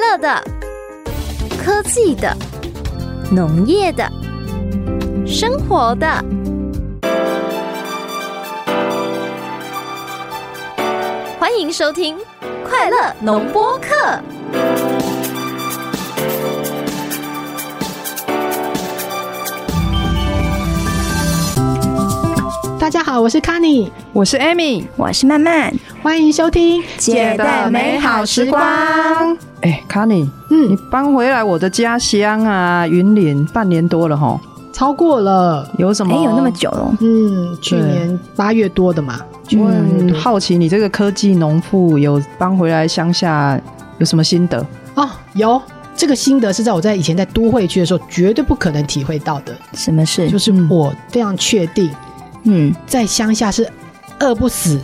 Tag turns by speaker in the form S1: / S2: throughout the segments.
S1: 色的、科技的、农业的、生活的。欢迎收听《快乐农播课》。
S2: 大家好，我是康妮，
S3: 我是 Amy，
S4: 我是曼曼，
S2: 欢迎收听《
S4: 姐的美好时光》。
S3: 哎，卡尼，你
S2: 嗯，
S3: 搬回来我的家乡啊，云林半年多了哈，
S2: 超过了，
S3: 有什
S4: 哎、
S3: 么？
S4: 有那么久了？
S2: 嗯，去年八月多的嘛，去
S3: 我
S2: 年八月
S3: 很
S2: 多。
S3: 好奇，你这个科技农妇有搬回来乡下有什么心得？
S2: 哦，有这个心得是在我在以前在都会区的时候绝对不可能体会到的，
S4: 什么事
S2: 就？是
S3: 嗯
S2: 我非常确定
S4: 嗯，
S2: 在乡下是饿不死，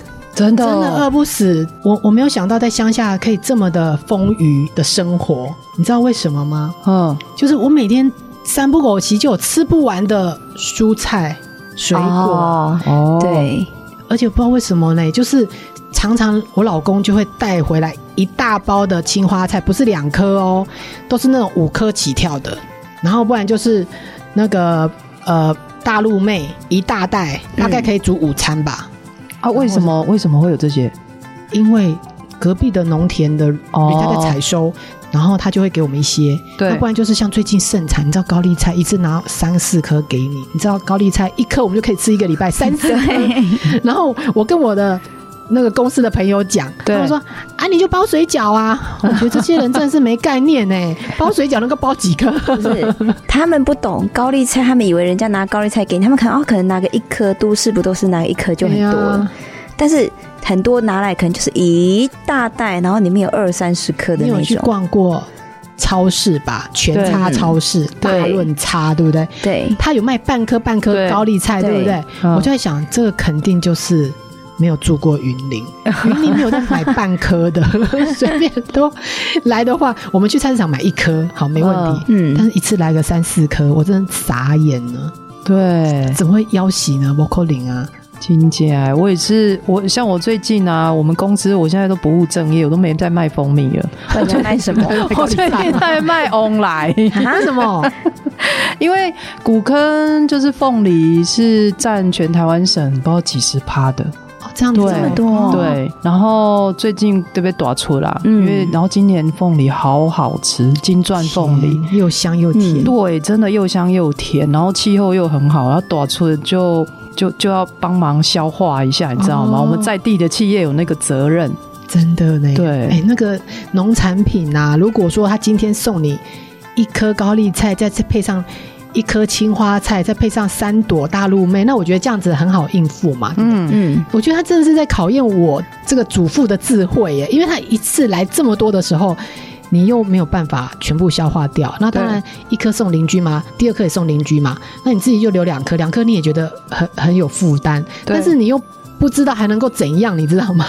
S2: 真
S3: 真
S2: 的饿不死。我我没有想到在乡下可以这么的丰腴的生活，你知道为什么吗？
S3: 嗯，
S2: 就是我每天三不狗其就有吃不完的蔬菜水果。
S4: 哦，
S3: 哦，，
S4: 对，
S2: 而且不知道为什么呢，就是常常我老公就会带回来一大包的青花菜，不是两颗哦，都是那种五颗起跳的，然后不然就是那个呃大陆妹一大袋，大概可以煮午餐吧，
S3: 啊，为什么为什么会有这些？
S2: 因为隔壁的农田的人
S4: 哦
S2: 家在采收。然后他就会给我们一些，
S3: 对
S2: 要不然就是像最近盛产，你知道高丽菜一次拿三四颗给你，你知道高丽菜一颗我们就可以吃一个礼拜三四 颗，然后我跟我的那个公司的朋友讲，他
S3: 对
S2: 们说啊，你就包水饺啊。 我觉得这些人真的是没概念 呢，包水饺能够包几颗？
S4: 就是他们不懂高丽菜，他们以为人家拿高丽菜给你，他们可能哦，可能拿个一颗，都市不都是拿一颗就很多了，
S2: 对啊
S4: 但是很多拿来可能就是一大袋，然后里面有二三十颗的
S2: 你有
S4: 那
S2: 去
S4: 种，
S2: 逛过超市吧？全
S3: 对
S2: 差超市、大
S4: 对
S2: 润差，对不对？
S4: 对，
S2: 他有卖半颗半颗
S3: 对
S2: 高丽菜，对
S4: 对
S2: 不对？
S3: 嗯
S2: 我就在想，这个肯定就是。没有住过云 林，云林没有在买半颗的， 随便都来的话，我们去菜市场买一颗，好没问题。但
S4: 嗯，
S2: 是一次来个三四颗，我真的傻眼了，
S3: 对，
S2: 怎么会要洗呢？包扣零啊，
S3: 金姐，我也是，我像我最近啊，我们公司我现在都不务正业，我都没在卖蜂蜜了，
S4: 不然你要卖什么？
S3: 我最近在卖 online。
S2: 为 什么？哦
S3: 因为古坑就是凤梨是占全台湾省不知道几十趴的，
S2: 哦这样子
S3: 对
S2: 这
S4: 这么
S2: 么多，
S4: 多，，
S3: 对。然后最近特别短出啦，
S4: 嗯
S3: 因为然后今年凤梨好好吃，金钻凤梨，
S2: 甜又香又甜
S4: 嗯，
S3: 对，真的又香又甜，然后气候又很好，然后短出的就就就要帮忙消化一下，你知道吗？
S2: 哦
S3: 我们在地的企业有那个责任，
S2: 真的呢。
S3: 对
S2: 哎，那个农产品啊，如果说他今天送你一颗高丽菜，再配上。一颗青花菜，再配上三朵大陆妹，那我觉得这样子很好应付嘛。嗯，
S3: 嗯，
S4: 嗯，
S2: 我觉得他真的是在考验我这个主妇的智慧耶，因为他一次来这么多的时候，你又没有办法全部消化掉。那当然，一颗送邻居嘛，第二颗也送邻居嘛，那你自己就留两颗，两颗你也觉得很很有负担，
S3: 对
S2: 但是你又。不知道还能够怎样，你知道 吗？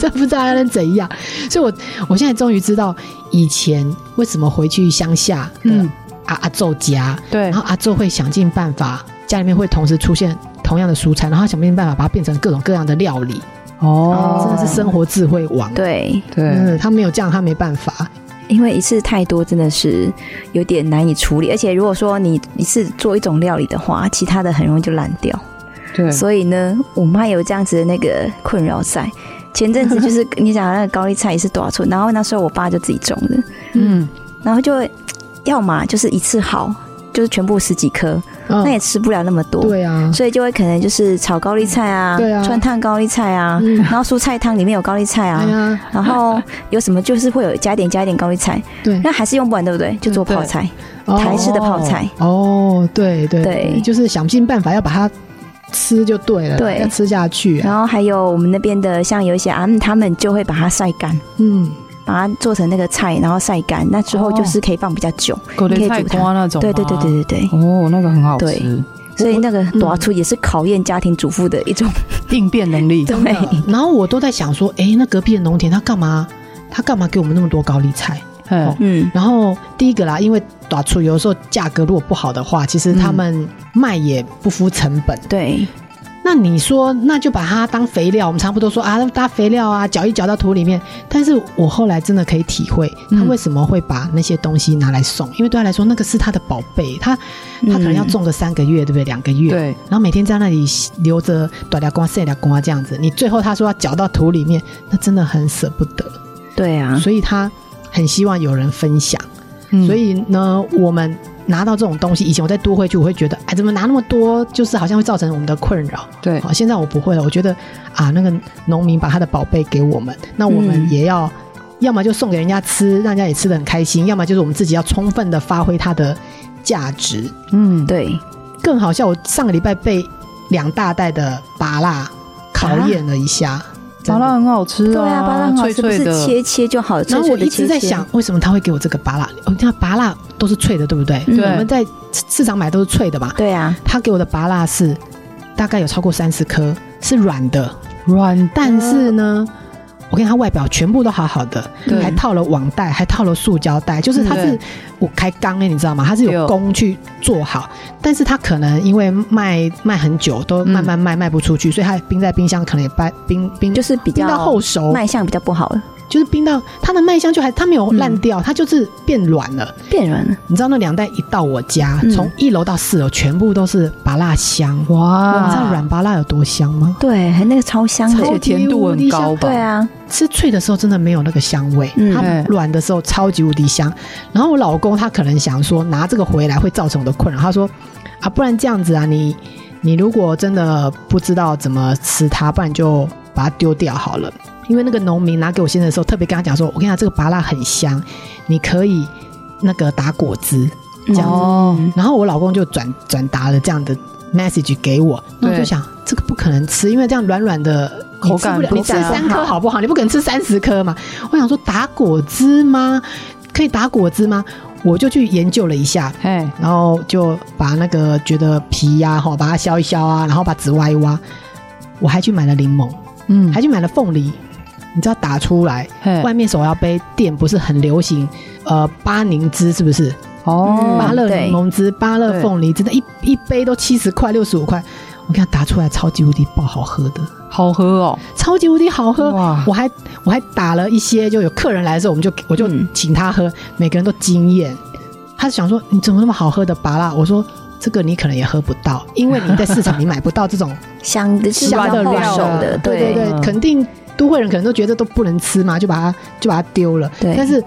S2: 这不知道还能怎样，所以我我现在终于知道以前为什么回去乡下的
S3: 嗯
S2: 阿阿昼家，
S3: 对
S2: 然
S4: 啊
S2: 后阿周会想尽办法，家里面会同时出现同样的蔬菜，然后想尽办法把它变成各种各样的料理，
S4: 啊
S3: 哦
S2: 真的是生活智慧王。，
S4: 对，
S3: 对
S2: 嗯，他没有这样，他没办法。
S4: 因为一次太多真的是有点难以处理，而且如果说你一次做一种料理的话，其他的很容易就烂掉。
S3: 对
S4: 所以呢，我妈有这样子的那个困扰在。前阵子就是你讲的那个高丽菜也是多少寸，然后那时候我爸就自己种的，
S3: 嗯，
S4: 然后就会要么就是一次好，就是全部十几颗，
S2: 嗯
S4: 那也吃不了那么多。
S2: 对啊，
S4: 所以就会可能就是炒高丽菜啊，
S2: 对啊
S4: 川烫高丽菜啊，
S2: 嗯
S4: 然后蔬菜汤里面有高丽菜啊，
S2: 哎呀，
S4: 然后有什么就是会有加一点加一点高丽菜，
S2: 对，
S4: 那还是用不完，对不对？就做泡菜，
S2: 嗯哦
S4: 台式的泡菜。
S2: 哦，对对
S4: 对
S2: 就是想尽办法要把它吃就对了，
S4: 对
S2: 要吃下去啊。
S4: 然后还有我们那边的，像有一些啊，嗯他们就会把它晒干，
S2: 嗯，
S4: 把它做成那个菜，然后晒干，那之后
S3: 哦
S4: 就是可以放比较久。
S3: 狗的
S4: 你可以
S3: 菜
S4: 煮它
S3: 瓜那种，
S4: 对对对对。对对，
S3: 哦，那个很好
S4: 对
S3: 吃，
S4: 所以那个
S2: 嗯
S4: 多出也是考验家庭主妇的一种。
S3: 应变能力。
S4: 对，
S2: 然后我都在想说，哎，那隔壁的农田他干嘛？他干嘛给我们那么多高丽菜？
S3: 嗯
S2: 哦，
S4: 嗯，
S2: 然后第一个啦，因为短促有时候价格如果不好的话，其实他们卖也不敷成本。
S4: 对，
S2: 那你说，那就把它当肥料，我们差不多说啊，搭肥料啊，搅一搅到土里面。但是我后来真的可以体会，他
S3: 嗯
S2: 为什么会把那些东西拿来送，因为对他来说，那个是他的宝贝，他他可能要种个三个月，对不对？两个月，
S3: 对，
S2: 然后每天在那里留着短条瓜、碎条瓜这样子，你最后他说要搅到土里面，那真的很舍不得，
S4: 对啊，
S2: 所以他很希望有人分享。
S3: 嗯
S2: 所以呢，我们拿到这种东西，以前我在都会区，我会觉得，哎，怎么拿那么多，就是好像会造成我们的困扰。哦
S3: 对
S2: 好，现在我不会了，我觉得啊，那个农民把他的宝贝给我们，那我们
S4: 嗯
S2: 也要。要么就送给人家吃，让人家也吃的很开心；要么就是我们自己要充分的发挥它的价值。
S3: 嗯
S4: 对，
S2: 更好笑，我上个礼拜被两大袋的拔辣考验了一下，真
S3: 麻
S2: 的
S3: 辣很好吃
S4: 对啊，巴拉很好
S3: 脆
S4: 吃，不
S3: 脆
S4: 是
S3: 的，
S4: 切切就好，脆
S2: 然后
S4: 脆
S2: 我
S4: 的
S2: 一直
S4: 切
S2: 在
S4: 切
S2: 想，，为什么他会给我这个拔辣？哦，你看拔辣都是脆的，对不对？
S4: 嗯
S3: 对
S2: 我们在市场买都是脆的嘛。
S4: 对啊，
S2: 他给我的拔辣是大概有超过三十颗，是软的，
S3: 软蛋
S2: 但是呢，我跟你讲它外表全部都好好的，
S3: 对
S2: 还套了网袋，还套了塑胶袋，就是它是
S3: 对
S2: 我开缸欸的，你知道吗？它是有
S3: 有
S2: 工去做好，但是它可能因为卖卖很久，都慢慢卖、卖不出去，所以它冰在冰箱可能也冰冰冰
S4: 就是比
S2: 冰
S4: 较
S2: 到后熟，
S4: 卖相比较不好了，
S2: 就是冰到它的麦香就还它没有烂掉，它就是变软了。
S4: 变软了，
S2: 你知道那两袋一到我家，
S4: 嗯
S2: 从一楼到四楼全部都是拔辣香，
S3: 哇，
S2: 你知道软拔辣有多香吗？
S4: 对，那个超香
S3: 而
S4: 的
S2: 超，
S3: 且甜度很高吧？
S4: 对，啊，
S2: 吃脆的时候真的没有那个香味，
S4: 嗯
S2: 它软的时候超级无敌香。然后我老公他可能想说拿这个回来会造成我的困扰，他说啊，不然这样子啊，你你如果真的不知道怎么吃它，不然你就把它丢掉好了。因为那个农民拿给我先生的时候，特别跟他讲说，我跟你讲这个拔辣很香，你可以那个打果汁。
S4: 嗯
S2: 这样子
S3: 哦，
S2: 然后我老公就转转达了这样的 message 给我，那我就
S3: 对
S2: 想这个不可能吃，因为这样软软的
S3: 口
S2: 你吃
S3: 感
S2: 不了，
S3: 不
S2: 你吃
S3: 佳
S2: 三颗好不好？你不可能吃三十颗嘛。我想说打果汁吗？可以打果汁吗？我就去研究了一下，
S3: 哎，
S2: 然后就把那个觉得皮呀、哈，把它削一削啊，然后把籽挖一挖。我还去买了柠檬，
S3: 嗯，
S2: 还去买了凤梨，你知道打出来，
S3: 嘿
S2: 外面手摇杯店不是很流行，呃，巴宁汁是不是？芭
S3: 哦
S4: 嗯，
S2: 乐
S4: 对
S2: 柠檬汁、芭乐
S3: 对
S2: 凤梨，真的一一杯都七十块、六十五块，我看打出来超级无敌爆好喝的，
S3: 好喝哦，
S2: 超级无敌好喝。
S3: 哇，
S2: 我还我还打了一些，就有客人来的时候，我们就我就
S4: 嗯
S2: 请他喝，每个人都惊艳。他想说你怎么那么好喝的芭拉？我说这个你可能也喝不到，因为你在市场你买不到这种
S4: 香的就是比
S2: 香的
S4: 较后
S2: 料
S4: 手的，
S2: 对对
S4: 对
S2: 对，
S3: 嗯
S2: 肯定都会人可能都觉得都不能吃嘛，就把它就把它丢了。
S4: 对
S2: 但是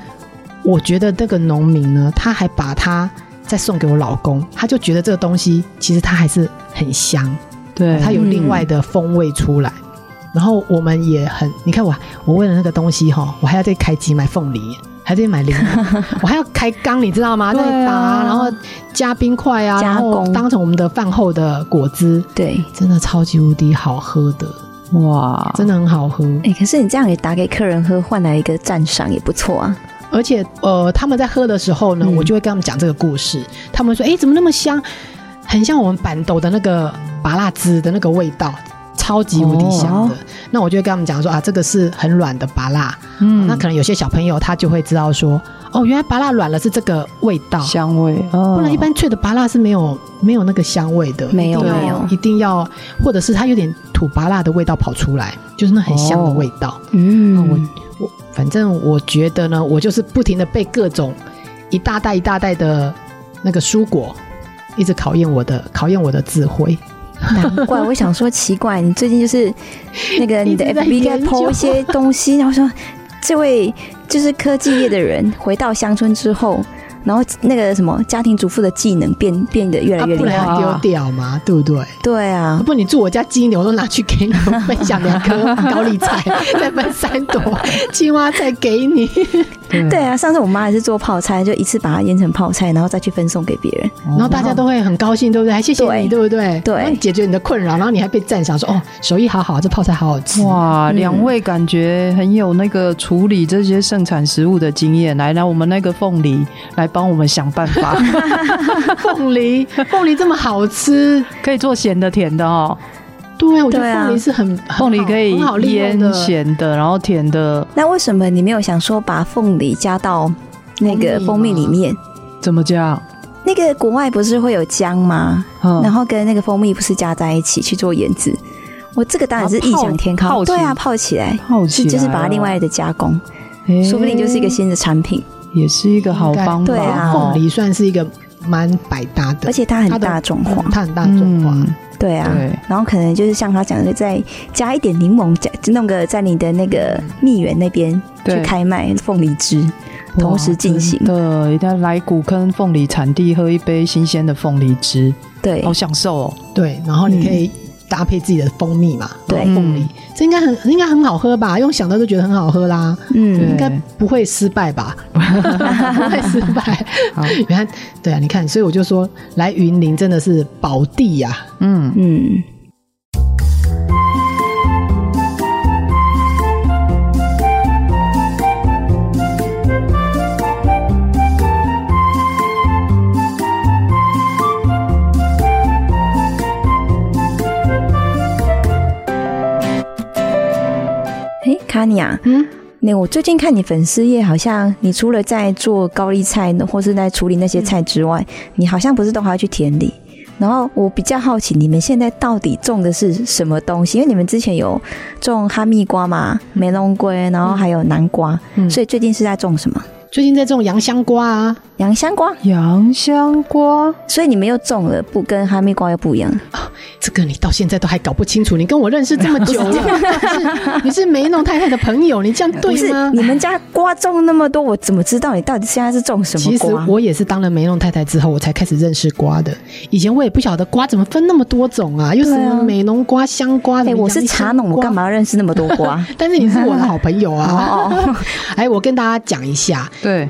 S2: 我觉得那个农民呢，他还把它再送给我老公，他就觉得这个东西其实它还是很香，
S3: 对，嗯
S2: 它有另外的风味出来。然后我们也很，你看我，我为了那个东西哈，我还要再开机买凤梨，还得买柠 檬，我还要开缸，你知道吗？
S3: 对
S2: 在
S3: 啊
S2: 打、然后加冰块啊，
S4: 加
S2: 然后
S4: 工
S2: 当成我们的饭后的果汁，
S4: 对。
S2: 真的超级无敌好喝的，
S3: 哇，
S2: 真的很好喝。
S4: 哎、可是你这样也打给客人喝，换来一个赞赏也不错啊。
S2: 而且呃，他们在喝的时候呢，
S4: 嗯
S2: 我就会跟他们讲这个故事。他们说：“哎、怎么那么香？很像我们板豆的那个拔辣汁的那个味道，超级无敌香
S4: 哦
S2: 的。那我就会跟他们讲说：“啊，这个是很软的拔辣。
S3: 嗯
S2: 那可能有些小朋友他就会知道说：“哦，原来拔辣软了是这个味道。”
S3: 香味，嗯不
S2: 不然一般脆的拔辣是没有没有那个香味的，
S4: 没有
S2: 一定要
S4: 没有
S2: 一定要，或者是它有点土拔辣的味道跑出来，就是那很香的味道。
S4: 嗯
S2: 那哦我我反正我觉得呢，我就是不停的被各种一大袋一大袋的那个蔬果，一直考验我的考验我的智慧。
S4: 难 怪我想说奇怪，你最近就是那个你的
S2: 一直在
S4: FB 在
S2: 研究
S4: PO 一些东西，然后说这位就是科技业的人回到乡村之后，然后那个什么家庭主妇的技能变变得越来
S2: 啊，
S4: 越
S2: 不
S4: 厉
S2: 然
S4: 害。
S2: 要丢掉嘛，对不对？
S4: 对啊，
S2: 不，你住我家鸡牛，我都拿去给你我分享两颗高丽菜，再分三朵青蛙菜给你。嗯
S4: 对
S3: 对，
S4: 啊，上次我妈也是做泡菜，就一次把它腌成泡菜，然后再去分送给别人。
S3: 哦
S2: 然后大家都会很高兴，对不对？还谢谢你，对
S4: 对
S2: 不对？
S4: 对
S2: 帮你解决你的困扰，然后你还被赞赏说哦，手艺好好，这泡菜好好吃。
S3: 哇，
S4: 嗯
S3: 两位感觉很有那个处理这些盛产食物的经验。来，来，我们那个凤梨来帮我们想 办法，
S2: 凤梨，凤梨这么好吃，
S3: 可以做咸的、甜的哦。
S2: 对我觉
S4: 对
S2: 得
S4: 啊
S2: 凤梨是很很
S3: 凤梨
S2: 好
S3: 可以
S2: 很好利用
S3: 腌
S2: 的
S3: 咸的，然后甜的，
S4: 那为什么你没有想说把凤梨加到那个
S2: 蜂
S4: 蜂
S2: 蜜
S4: 蜜
S2: 吗
S4: 里面？
S3: 怎么加？
S4: 那那个国外不是会有姜吗？然
S3: 嗯，
S4: 后跟那个蜂蜜不是加在一起去做盐渍？我这个当然是异想天
S3: 然后
S4: 开，
S3: 啊泡
S4: 对啊，
S3: 起
S4: 泡起来
S3: 好奇
S4: 是就是把它另外的加工，说不定就是一个，新的产品，
S3: 也是一个好方法
S4: 对啊
S3: 哦。
S2: 凤梨算是一个蛮百搭的
S4: 而，且它很
S2: 它的
S4: 大众化
S2: 嗯，它很大众化。
S3: 嗯
S4: 对啊。
S3: 对，
S4: 然后可能就是像他讲的，再加一点柠檬，加弄个在你的那个蜜源那边
S3: 对
S4: 去开卖凤梨汁，同时进行。
S3: 的，一定要来古坑凤梨产地喝一杯新鲜的凤梨汁，
S4: 对
S3: 好享受哦。
S2: 对，然后你可以搭配自己的蜂蜜嘛，
S4: 对
S2: 然后
S3: 嗯
S2: 凤梨，这应该很应该很好喝吧？用想到就觉得很好喝啦，
S4: 嗯
S2: 应
S3: 对，
S2: 该不会失败 吧？不会失败
S3: 好。
S2: 你看，对啊，你看，所以我就说，来云林真的是宝地呀、
S3: 嗯，
S4: 嗯，哎，卡尼亚，
S2: 嗯，
S4: 那我最近看你粉丝页，好像你除了在做高丽菜或是在处理那些菜之外，你好像不是都还要去田里。然后我比较好奇，你们现在到底种的是什么东西？因为你们之前有种哈密瓜嘛、梅龙龟，然后还有南瓜，
S2: 嗯
S4: 所以最近是在种什么？
S2: 最近在种洋香瓜啊，
S4: 洋香瓜。
S3: 洋香瓜，
S4: 所以你们又种了，不跟哈密瓜又不一样。
S2: 这个你到现在都还搞不清楚，你跟我认识这么久 了，是你是梅农太太的朋友，你这样
S4: 不
S2: 对
S4: 是
S2: 吗？
S4: 你们家瓜种那么多，我怎么知道你到底现在是种什
S2: 其
S4: 么
S2: 实
S4: 瓜？
S2: 我也是当了梅农太太之后，我才开始认识瓜的。以前我也不晓得瓜怎么分那么多种啊，又什
S4: 对
S2: 么
S4: 啊
S2: 美浓瓜、香瓜
S4: 哎、
S2: 什么
S4: 我是
S2: 洋
S4: 茶
S2: 香
S4: 农，我
S2: 瓜
S4: 干？嘛要认识那么多瓜？
S2: 但是你是我的好朋友啊！
S4: 哦，
S2: 哎，我跟大家讲一下，
S3: 对，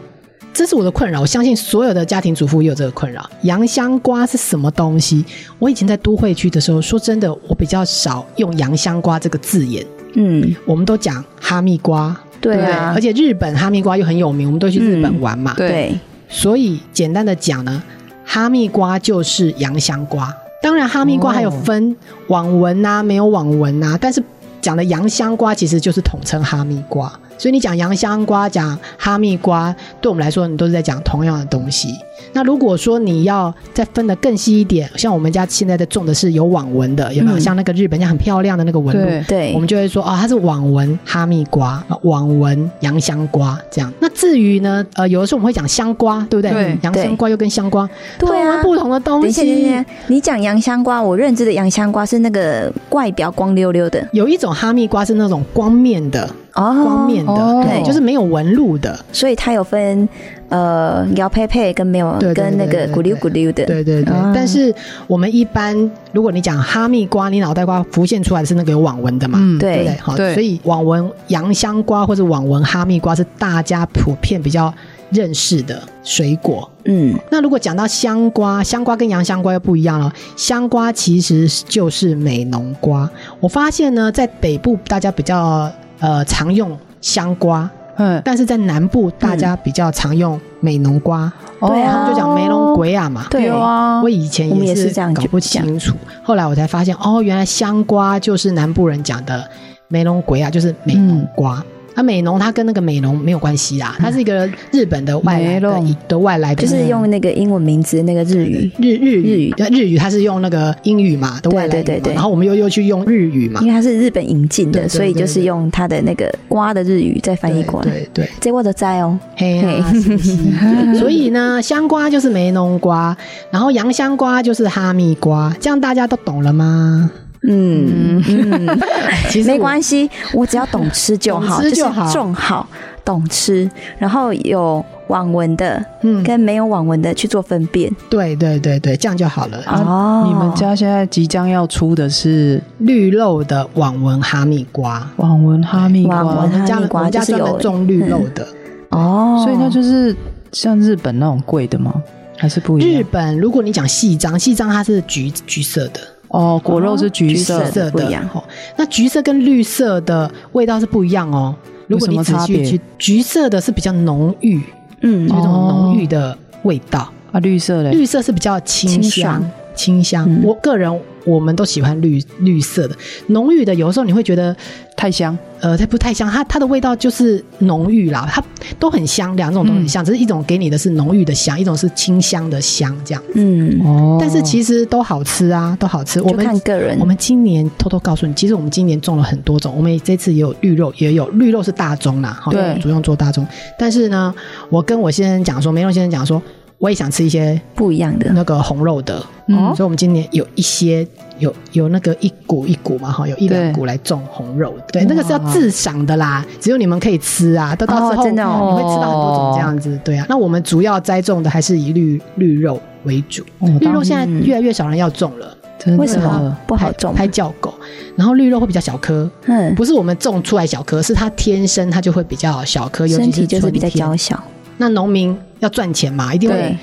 S2: 这是我的困扰。我相信所有的家庭主妇也有这个困扰。洋香瓜是什么东西？我以前在都会区的时候，说真的，我比较少用洋香瓜这个字眼，
S4: 嗯，
S2: 我们都讲哈密瓜。
S4: 对
S2: 不
S4: 啊
S2: 而，且日本哈密瓜又很有名，我们都去日本
S4: 嗯
S2: 玩嘛。
S3: 对
S4: 对，
S2: 所以简单的讲呢，哈密瓜就是洋香瓜。当然，哈密瓜还有分网纹呐、没有网纹呐、但是讲的洋香瓜其实就是统称哈密瓜。所以你讲洋香瓜、讲哈密瓜，对我们来说，你都是在讲同样的东西。那如果说你要再分得更细一点，像我们家现在在种的是有网纹的，有没有？
S4: 嗯
S2: 像那个日本家很漂亮的那个纹路，
S3: 对，
S4: 对，
S2: 我们就会说哦，它是网纹哈密瓜、啊网纹洋香瓜这样。那至于呢，呃，有的时候我们会讲香瓜，对不对？
S3: 对
S2: 洋香瓜又跟香瓜，
S4: 对啊
S2: 它们不同的
S4: 等
S2: 东
S4: 一下，等一
S2: 西
S4: 下。，你讲洋香瓜，我认知的洋香瓜是那个外表光溜溜的
S2: 有一种哈密瓜是那种光面的，
S4: 哦，
S2: 光面的，
S3: 哦
S2: 对，就是没有纹路的，
S4: 所以它有分呃摇佩佩跟没有
S2: 对对
S4: 跟那
S2: 对
S4: 个
S2: 对
S4: 咕溜咕溜的，
S2: 对对对。
S4: 啊
S2: 但是我们一般，如果你讲哈密瓜，你脑袋瓜浮现出来的是那个有网纹的嘛，
S3: 嗯，
S2: 对不对
S4: 对？
S2: 好，
S3: 对
S2: 所以网纹洋香瓜或者网纹哈密瓜是大家普遍比较认识的水果。
S4: 嗯
S2: 那如果讲到香瓜，香瓜跟洋香瓜又不一样了。香瓜其实就是美浓瓜。我发现呢，在北部大家比较呃常用香瓜，
S3: 嗯，
S2: 但是在南部大家比较常用美浓瓜，
S3: 哦
S4: 对
S2: 他
S4: 啊
S2: 们就讲梅龙鬼啊嘛。
S4: 对
S3: 有啊
S2: 我，以前
S4: 哦我们
S2: 也
S4: 也是
S2: 是
S4: 这样
S2: 搞
S4: 觉
S2: 不
S4: 讲
S2: 清楚，后来我才发现，哦，原来香瓜就是南部人讲的美浓鬼啊，就是美浓瓜。
S4: 嗯
S2: 那、美浓它跟那个美浓没有关系啦，它是一个日本的外来
S3: 梅
S2: 的
S3: 浓
S2: 的外来的，
S4: 就是用那个英文名字那个日语，
S2: 日日
S4: 日
S2: 语
S4: 语，
S2: 对日语它是用那个英语嘛的外来语嘛
S4: 对对对对
S2: 然后我们又又去用日语嘛
S4: 因，为它是日本引进
S2: 对对
S4: 的，
S2: 对
S4: 所以就
S2: 对
S4: 是
S2: 对
S4: 用它的那个瓜的日语再翻译过来。
S2: 对对对，
S4: 这我都在哦，
S2: 嘿啊，
S4: 嘿
S2: 是不是 对所以呢，香瓜就是梅浓瓜，然后洋香瓜就是哈密瓜，这样大家都懂了吗？
S4: 嗯嗯，
S2: 其实
S4: 没
S2: 系，
S4: 关系，我只要懂吃就好，
S2: 懂吃就好
S4: 是种好，懂吃，然后有网纹的
S2: 嗯，
S4: 跟没有网纹的去做分辨。
S2: 对对对对，这样就好了。
S4: 哦，
S3: 你们家现在即将要出的是
S2: 绿肉的网纹哈密瓜，
S3: 网纹哈密瓜，
S4: 网
S2: 我
S4: 纹
S2: 们家
S4: 哈密
S2: 我
S4: 瓜
S2: 们家
S4: 就是
S2: 专门
S4: 有
S2: 种绿肉的。
S4: 哦，
S3: 所以它就是像日本那种贵的吗？还是
S4: 嗯
S3: 不一
S2: 日
S3: 样？
S2: 本如果你讲细章，细章它是橘橘色的，
S3: 哦，果肉是橘色
S4: 橘
S2: 橘
S3: 的，
S2: 色的
S4: 不一样
S2: 哦那橘色跟绿色的味道是不一样哦。如果你
S3: 有什
S2: 仔
S3: 么差
S2: 细
S3: 别
S2: 去，橘色的是比较浓郁，
S4: 嗯
S2: 有一种
S3: 哦
S2: 浓郁的味道；嗯
S3: 啊，绿色嘞，
S2: 绿色是比较清
S4: 清
S2: 香
S4: 爽。
S2: 清香，
S4: 嗯
S2: 我个人我们都喜欢绿绿色的，浓郁的有时候你会觉得
S3: 太香，
S2: 呃，它不太香，它它的味道就是浓郁啦，它都很香，两种都很香，只是一种给你的是浓郁的香，一种是清香的香这样。
S4: 嗯，
S3: 哦
S2: 但是其实都好吃啊，都好吃。我
S4: 就
S2: 们
S4: 看个人
S2: 我。们今年偷偷告诉你，其实我们今年种了很多种，我们也这次也有绿肉，也有绿肉是大宗啦，哈，
S3: 对
S2: 主用做大宗。但是呢，我跟我先生讲说，梅龙先生讲说，我也想吃一些
S4: 不一样的，
S2: 那个红肉的，哦
S3: 嗯
S2: 所以我们今年有一些有有那个一股一股嘛，哈，有一
S3: 对
S2: 两股来种红肉，对，那个是要
S3: 哇
S2: 自赏的啦，只有你们可以吃啊，到到
S4: 哦
S2: 时候
S4: 真的哦
S2: 你会吃到很多种这样子，对啊。那我们主要栽种的还是以绿绿肉为主，
S3: 哦
S2: 绿肉现在
S4: 嗯
S2: 越来越少人要种了。
S3: 真的
S4: 为什么不好种？
S2: 拍叫狗，然后绿肉会比较小颗，
S4: 嗯，
S2: 不是我们种出来小颗，是它天生它就会比较小颗，尤
S4: 身
S2: 其
S4: 体就是
S2: 春
S4: 比较
S2: 天
S4: 娇小，
S2: 那农民要赚钱嘛，一定会
S4: 对。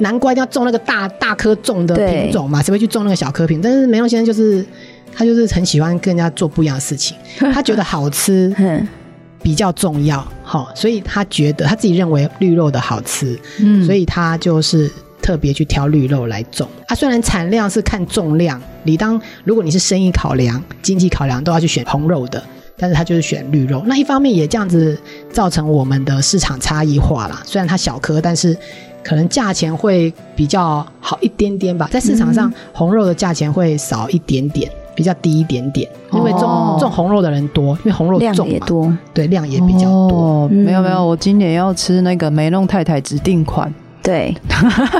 S2: 难怪要种那个大大颗种的
S4: 对
S2: 品种嘛，谁会去种那个小颗品？但是梅隆先生就是他就是很喜欢跟人家做不一样的事 情，他觉得好吃
S4: 嗯，
S2: 比较重要，哈、所以他觉得他自己认为绿肉的好吃，
S3: 嗯
S2: 所以他就是特别去挑绿肉来种。啊，虽然产量是看重量，你当如果你是生意考量、经济考量，都要去选红肉的。但是他就是选绿肉，那一方面也这样子造成我们的市场差异化啦。虽然它小颗，但是可能价钱会比较好一点点吧，在市场上红肉的价钱会少一点点，比较低一点点，因为种、
S3: 哦
S2: 种红肉的人多，因为红肉
S4: 量
S2: 哦重
S4: 也
S2: 嘛，
S4: 多，
S2: 对，量也比较多。
S3: 哦
S4: 嗯
S3: 没有没有，我今年要吃那个梅弄太太指定款，
S4: 对，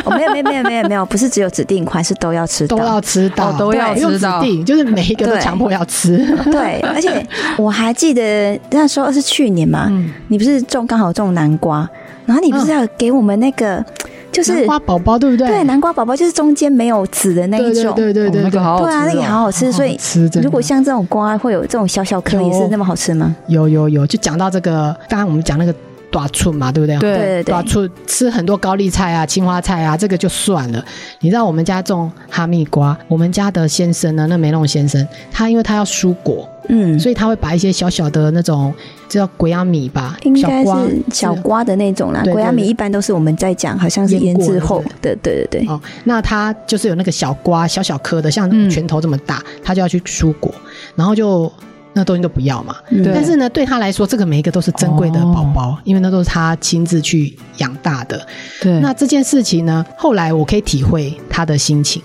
S4: 哦没有没有没有没有没有，不是只有指定款，是都要吃
S2: 都要
S4: 到。
S2: 吃到，
S3: 哦都要
S2: 对用
S3: 吃到
S2: 指定，就是每一个都
S4: 对
S2: 强迫要吃。
S4: 对，而且我还记得那时候是去年嘛，
S2: 嗯，
S4: 你不是种刚好种南瓜，然后你不是要给我们那个就是
S2: 南瓜宝宝对不对？
S4: 对南瓜宝宝，就是中间没有籽的那
S2: 对
S4: 一种，
S2: 对对对对，
S3: 哦那个
S2: 对
S3: 好好
S4: 对
S3: 吃
S4: 啊，那个好
S3: 哦。
S4: 好吃。所
S2: 好
S4: 以
S2: 吃真的
S4: 如果像这种瓜会有这种小小颗，
S2: 有
S4: 也是那么好吃吗？
S2: 有有有，就讲到这个，刚刚我们讲那个短寸嘛，对不哦对？。
S3: 对，
S4: 对对
S2: 短
S4: 对，
S2: 寸吃很多高丽菜啊、青花菜啊，这个就算了。你知道我们家种哈密瓜，我们家的先生呢，那梅弄先生，他因为他要蔬果，
S4: 嗯，
S2: 所以他会把一些小小的那种这叫鬼压米吧，
S4: 应
S2: 小
S4: 该
S2: 瓜
S4: 是小
S2: 是
S4: 瓜的那种啦。
S2: 对对
S4: 国家米
S2: 对
S4: 一般都是我们在讲，好像是
S2: 腌
S4: 腌
S2: 过
S4: 制
S2: 的
S4: 后的，对对对，
S2: 哦，那它就是有那个小瓜，小小颗的，像
S3: 嗯
S2: 拳头这么大，它就要去蔬果，然后就那东西都不要嘛。
S4: 嗯
S3: 对哦
S2: 但是呢，对他来说，这个每一个都是珍贵的宝宝，因为那都是他亲自去养大的。
S3: 对，
S2: 那这件事情呢，后来我可以体会他的心情。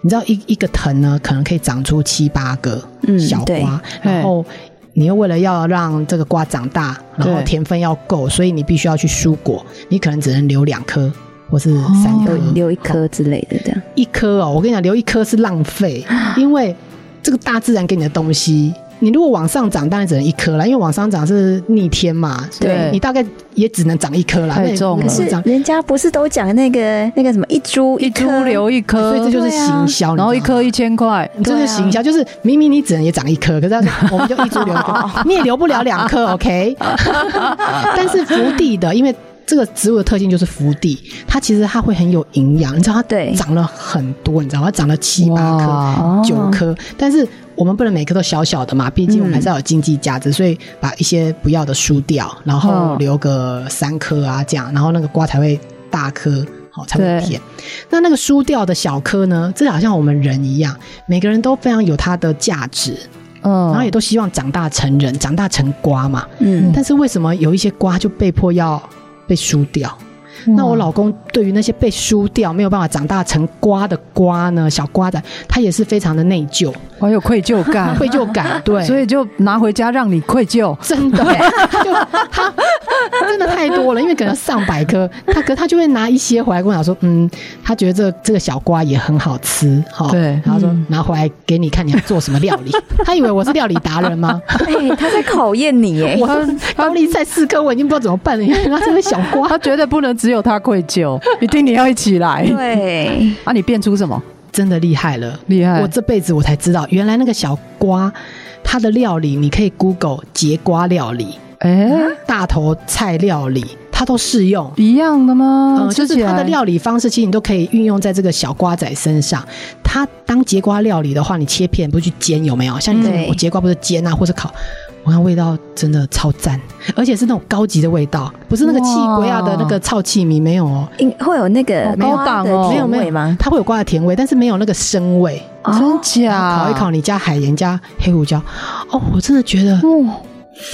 S2: 你知道一，一个藤呢，可能可以长出七八个
S4: 嗯
S2: 小
S4: 对
S2: 瓜，
S3: 嘿
S2: 然后你又为了要让这个瓜长大，然后
S3: 对
S2: 甜分要够，所以你必须要去蔬果，你可能只能留两颗或是三颗
S4: 留，
S3: 哦
S4: 留一颗之类的这样。
S2: 一颗哦，我跟你讲，留一颗是浪 费，因为这个大自然给你的东西，你如果往上涨，当然只能一颗啦，因为往上涨是逆天嘛，所以
S3: 对
S2: 你大概也只能长一颗啦，
S3: 太
S2: 那也
S3: 重了
S2: 不
S4: 可是
S2: 能嗯长，
S4: 人家不是都讲那个那个什么一株
S3: 一株
S4: 颗
S3: 留一颗
S2: 所以，这就是行销，
S3: 然后一
S2: 你知道吗
S3: 颗。一千块，
S2: 这就是行销，就是明明你只能也长一颗，可是他说我们就一株留一
S3: 哦
S2: 颗，你也留不了两颗，OK？但是伏地的，因为这个植物的特性就是伏地，它其实它会很有营养，你知道它
S4: 对
S2: 长了很多，你知道吗它长了七八颗，哦
S3: 哇
S2: 九颗，但是我们不能每颗都小小的嘛，毕竟我们还是要有经济价值，所以把一些不要的输掉，然后
S3: 嗯
S2: 留个三颗啊这样，然后那个瓜才会大颗，好、才会
S3: 对
S2: 甜。那那个输掉的小颗呢，这好像我们人一样，每个人都非常有它的价值，
S3: 嗯，
S2: 然后也都希望长大成人，长大成瓜嘛。
S4: 嗯，
S2: 但是为什么有一些瓜就被迫要被输掉？那我老公对于那些被输掉、没有办法长大成瓜的瓜呢，小瓜仔，他也是非常的内疚。
S3: 我有哎愧疚 感，
S2: 愧疚感，对，
S3: 所以就拿回家让你愧疚。
S2: 真的，他 就他真的太多了，因为可能上百颗，他可他就会拿一些回来跟我讲说，嗯，他觉得这这个小瓜也很好吃，哈、
S3: 对
S2: 然后说、拿回来给你看你要做什么料 理，他以为我是料理达人 吗？
S4: 哎，他在考验你 耶。
S2: 我高丽菜四颗我已经不知道怎么办了， 你看他这个小瓜
S3: 他觉得不能只有他愧 疚，一定你要一起来。
S4: 对，
S3: 啊，你变出什么
S2: 真的厉害了。
S3: 厉害？
S2: 我这辈子我才知道，原来那个小瓜，它的料理你可以 Google 节瓜料理、
S3: 哎、
S2: 大头菜料理，它都适用。
S3: 一样的吗？
S2: 嗯，就是
S3: 吃起来
S2: 它的料理方式，其实你都可以运用在这个小瓜仔身上。它当节瓜料理的话，你切片不是去煎有没有？像你这
S4: 对
S2: 种节瓜不是煎啊，或是烤，我看味道真的超赞，而且是那种高级的味道，不是那个气
S3: 哇
S2: 鬼亚啊的那个臭气米没有哦，
S4: 应会有那个
S3: 好高
S4: 瓜
S3: 档
S4: 的
S3: 哦
S4: 甜
S2: 没有没
S4: 味
S2: 有
S4: 吗？
S2: 它会有瓜的甜味，但是没有那个生味。
S3: 真
S2: 然
S3: 假？
S4: 啊
S2: 后烤一烤，你加海盐加黑胡椒，哦，我真的觉得
S3: 哇，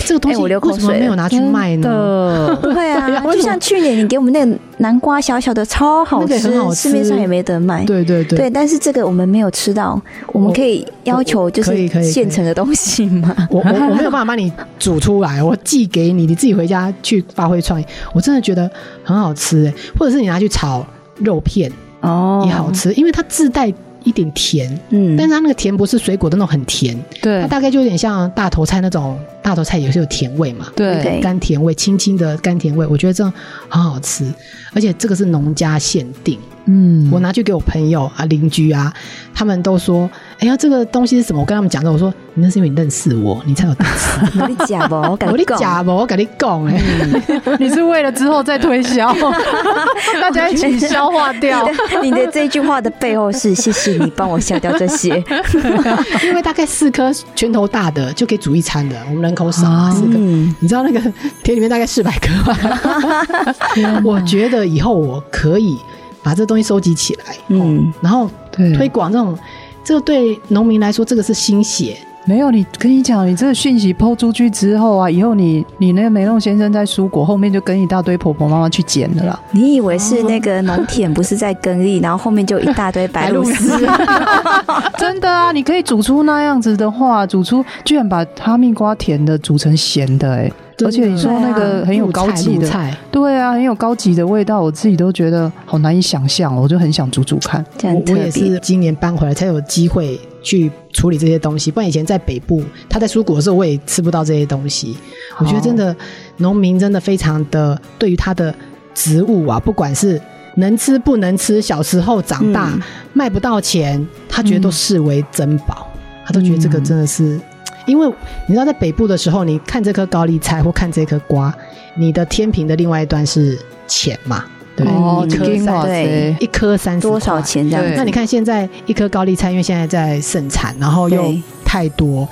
S2: 这个东西
S4: 哎我流口
S2: 为什么
S4: 水
S2: 没有拿去卖呢？
S3: 呢？
S4: 对
S2: 对
S4: 啊
S2: 啊，为什么
S4: 就像去年你给我们那个南瓜小小的，超好
S2: 那个也
S4: 吃，
S2: 很好吃
S4: 市面上也没得卖。
S2: 对对对，
S4: 对，但是这个我们没有吃到，我们可以要求就
S2: 可以
S4: 是
S2: 可以可以
S4: 现成的东西吗？
S2: 我我我没有办法帮你煮出来，我寄给你，你自己回家去发挥创意。我真的觉得很好吃、欸，或者是你拿去炒肉片
S4: 哦
S2: 也好吃，因为它自带一点甜，
S4: 嗯，
S2: 但是它那个甜不是水果的那种很甜，它
S3: 对
S2: 大概就有点像大头菜那种，大头菜也是有甜味嘛。
S3: 对，
S4: 对
S2: 甘甜味，轻轻的甘甜味，我觉得这样很好吃，而且这个是农家限定，
S3: 嗯
S2: 我拿去给我朋友啊、邻居啊，他们都说：“哎呀，这个东西是什么？”我跟他们讲的，我说：“你那是因为你认识我，你才有得吃。
S4: 我的假 不，我感
S2: 我
S4: 觉
S2: 跟你讲不，我跟你讲哎、
S3: 嗯你是为了之后再推销， 大家一起消化
S2: 啊
S3: 掉。
S4: 你的这句话的背后是谢谢你帮我消掉这些，
S2: 欸因为大概四颗拳头大的就可以煮一餐的，我们人口少啊，
S3: 哦
S2: 四颗。
S4: 嗯，
S2: 你知道那个田里面大概四百颗吧？我觉得以后我可以把这东西收集起来，嗯，
S4: 嗯，
S2: 然后
S3: 对
S2: 推广这
S3: 嗯
S2: 种，这个对农民来说，这个是心血。
S3: 没有，你跟你讲，你这个讯息抛出去之后啊，以后你你那个梅弄先生在蔬果后面就跟一大堆婆婆妈妈去捡的啦。
S4: 你以为是那个农田不是在耕地，然后后面就一大堆白鹭
S2: 哦
S4: 丝，
S3: 真的啊，你可以煮出那样子的话，煮出居然把哈密瓜甜的煮成咸的、欸，
S2: 真的
S3: 而且你说那
S4: 对
S3: 个很有高级
S2: 入
S3: 的，
S2: 菜
S3: 对啊，很有高级的味道，我自己都觉得好难以想象，我就很想煮煮看。
S4: 这样
S2: 我我也
S4: 特别。
S2: 是今年搬回来才有机会去处理这些东西，不然以前在北部，他在蔬果的时候我也吃不到这些东西。我觉得
S3: 哦
S2: 真
S4: 哦
S2: 的，农民真的非常的对于他的植物啊，不管是能吃不能吃，小时候长大、
S4: 嗯
S2: 卖不到钱，他觉得都视为珍宝，
S4: 嗯
S2: 他都觉得这个真的是。因为你知道，在北部的时候，你看这颗高丽菜或看这颗瓜，你的天平的另外一端是钱嘛，对不对？
S3: 哦，
S4: 嗯
S2: 一颗
S3: 金
S2: 三
S3: 华
S4: 对
S2: 一颗三十
S4: 多少
S2: 块
S4: 钱这
S3: 对
S4: 样？
S2: 那你看现在一颗高丽菜，因为现在在盛产，然后又
S4: 对
S2: 太多，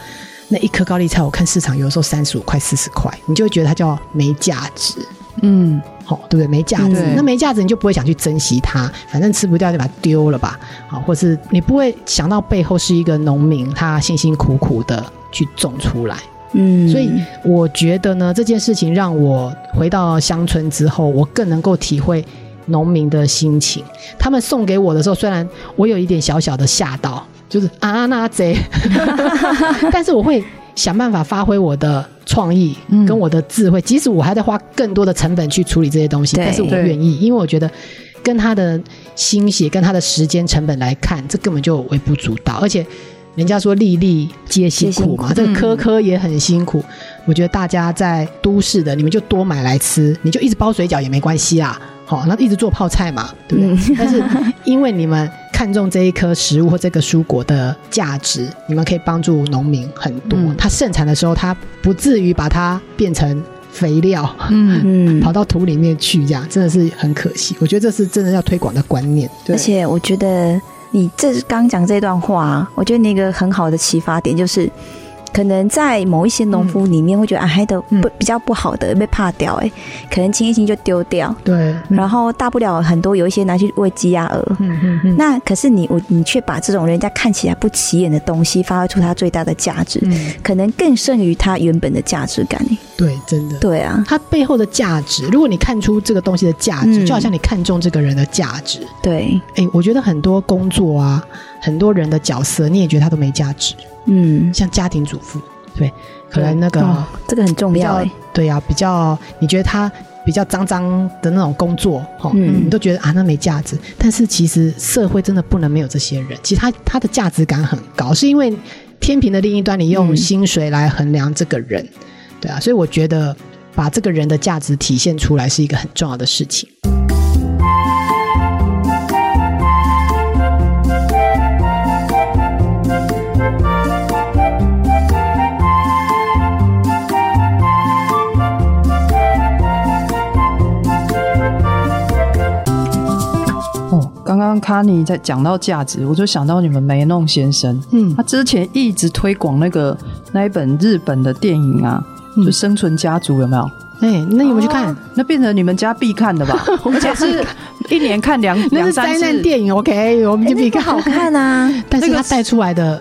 S2: 那一颗高丽菜，我看市场有的时候三十五块、四十块，你就会觉得它叫没价值，
S3: 嗯，
S2: 好、对不对？没价
S4: 嗯
S2: 值
S3: 对，
S2: 那没价值你就不会想去珍惜它，反正吃不掉就把它丢了吧，好、或是你不会想到背后是一个农民，他辛辛苦苦的去种出来。
S4: 嗯，
S2: 所以我觉得呢，这件事情让我回到乡村之后，我更能够体会农民的心情。他们送给我的时候，虽然我有一点小小的吓到，就是啊那 贼，但是我会想办法发挥我的创意
S3: 嗯
S2: 跟我的智慧，即使我还在花更多的成本去处理这些东西，
S4: 对
S2: 但是我愿意，因为我觉得。跟他的心血、跟他的时间成本来看，这根本就微不足道。而且，人家说粒粒皆辛苦嘛，啊这个科科也很辛苦。我觉得大家在都市的，你们就多买来吃，你就一直包水饺也没关系啦。好、那一直做泡菜嘛，对不对？但是因为你们看重这一颗食物或这个蔬果的价值，你们可以帮助农民很多。
S3: 嗯
S2: 它盛产的时候，它不至于把它变成肥料，
S3: 嗯，
S4: 嗯
S2: 跑到土里面去，这样真的是很可惜。我觉得这是真的要推广的观念。
S4: 而且我觉得你这刚讲这段话啊，我觉得你一个很好的启发点就是，可能在某一些农夫里面会觉得、啊，还的
S2: 嗯
S4: 不比较不好的被怕掉、欸，可能清一清就丢掉，
S2: 对，
S4: 然后大不了很多有一些拿去喂鸡鸭鹅。
S2: 嗯嗯嗯，
S4: 那可是你我你却把这种人家看起来不起眼的东西发挥出它最大的价值，
S2: 嗯，
S4: 可能更胜于它原本的价值感、欸。
S2: 对，真的。
S4: 对啊，
S2: 它背后的价值，如果你看出这个东西的价值，
S4: 嗯
S2: 就好像你看中这个人的价值。
S4: 对，
S2: 哎、我觉得很多工作啊，很多人的角色，你也觉得他都没价值，
S4: 嗯，
S2: 像家庭主妇，对，可能那个、
S4: 哦这个很重
S2: 比
S4: 要、
S2: 较、
S4: 欸。
S2: 对呀、比较你觉得他比较脏脏的那种工作，哈、
S4: 嗯
S2: 你都觉得啊那没价值。但是其实社会真的不能没有这些人，其实他他的价值感很高，是因为天平的另一端你用
S4: 嗯
S2: 薪水来衡量这个人，对啊，所以我觉得把这个人的价值体现出来是一个很重要的事情。
S3: 哦，刚刚刚卡尼在讲到价值，我就想到你们梅弄先生，
S2: 嗯
S3: 他之前一直推广那个那一本日本的电影啊，
S2: 嗯
S3: 就《生存家族》，有没有？
S2: 哎、那有没有去看？
S3: 那变成你们家必看的 吧？我们家是一年看两
S2: 那
S3: 两
S2: 是
S3: 三
S2: 灾
S3: 次
S2: 难。电影，OK，我们就
S4: 那
S2: 比
S4: 不
S2: 看。
S4: 好看啊！
S2: 但是它带出来的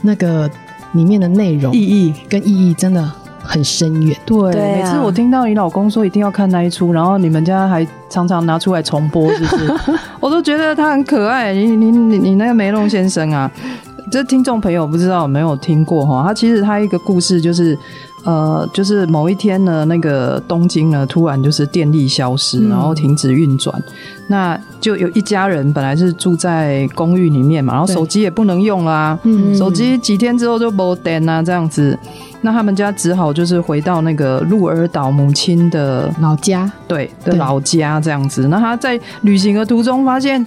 S2: 那个里面的内容
S3: 意义
S2: 跟意义真的很深远。
S3: 对，
S4: 对
S3: 每
S4: 啊
S3: 次我听到你老公说一定要看那一出，然后你们家还常常拿出来重播，是不是？我都觉得他很可爱。你你你你那个梅隆先生啊，这听众朋友不知道有没有听过哈？他其实他一个故事就是，呃，就是某一天呢，那个东京呢突然就是电力消失，
S2: 嗯
S3: 然后停止运转，那就有一家人本来是住在公寓里面嘛，然后
S2: 对
S3: 手机也不能用啦、
S2: 嗯
S3: 手机几天之后就没电啊，这样子，那他们家只好就是回到那个鹿儿岛母亲的
S2: 老家，
S3: 对的
S2: 对
S3: 老家这样子。那他在旅行的途中发现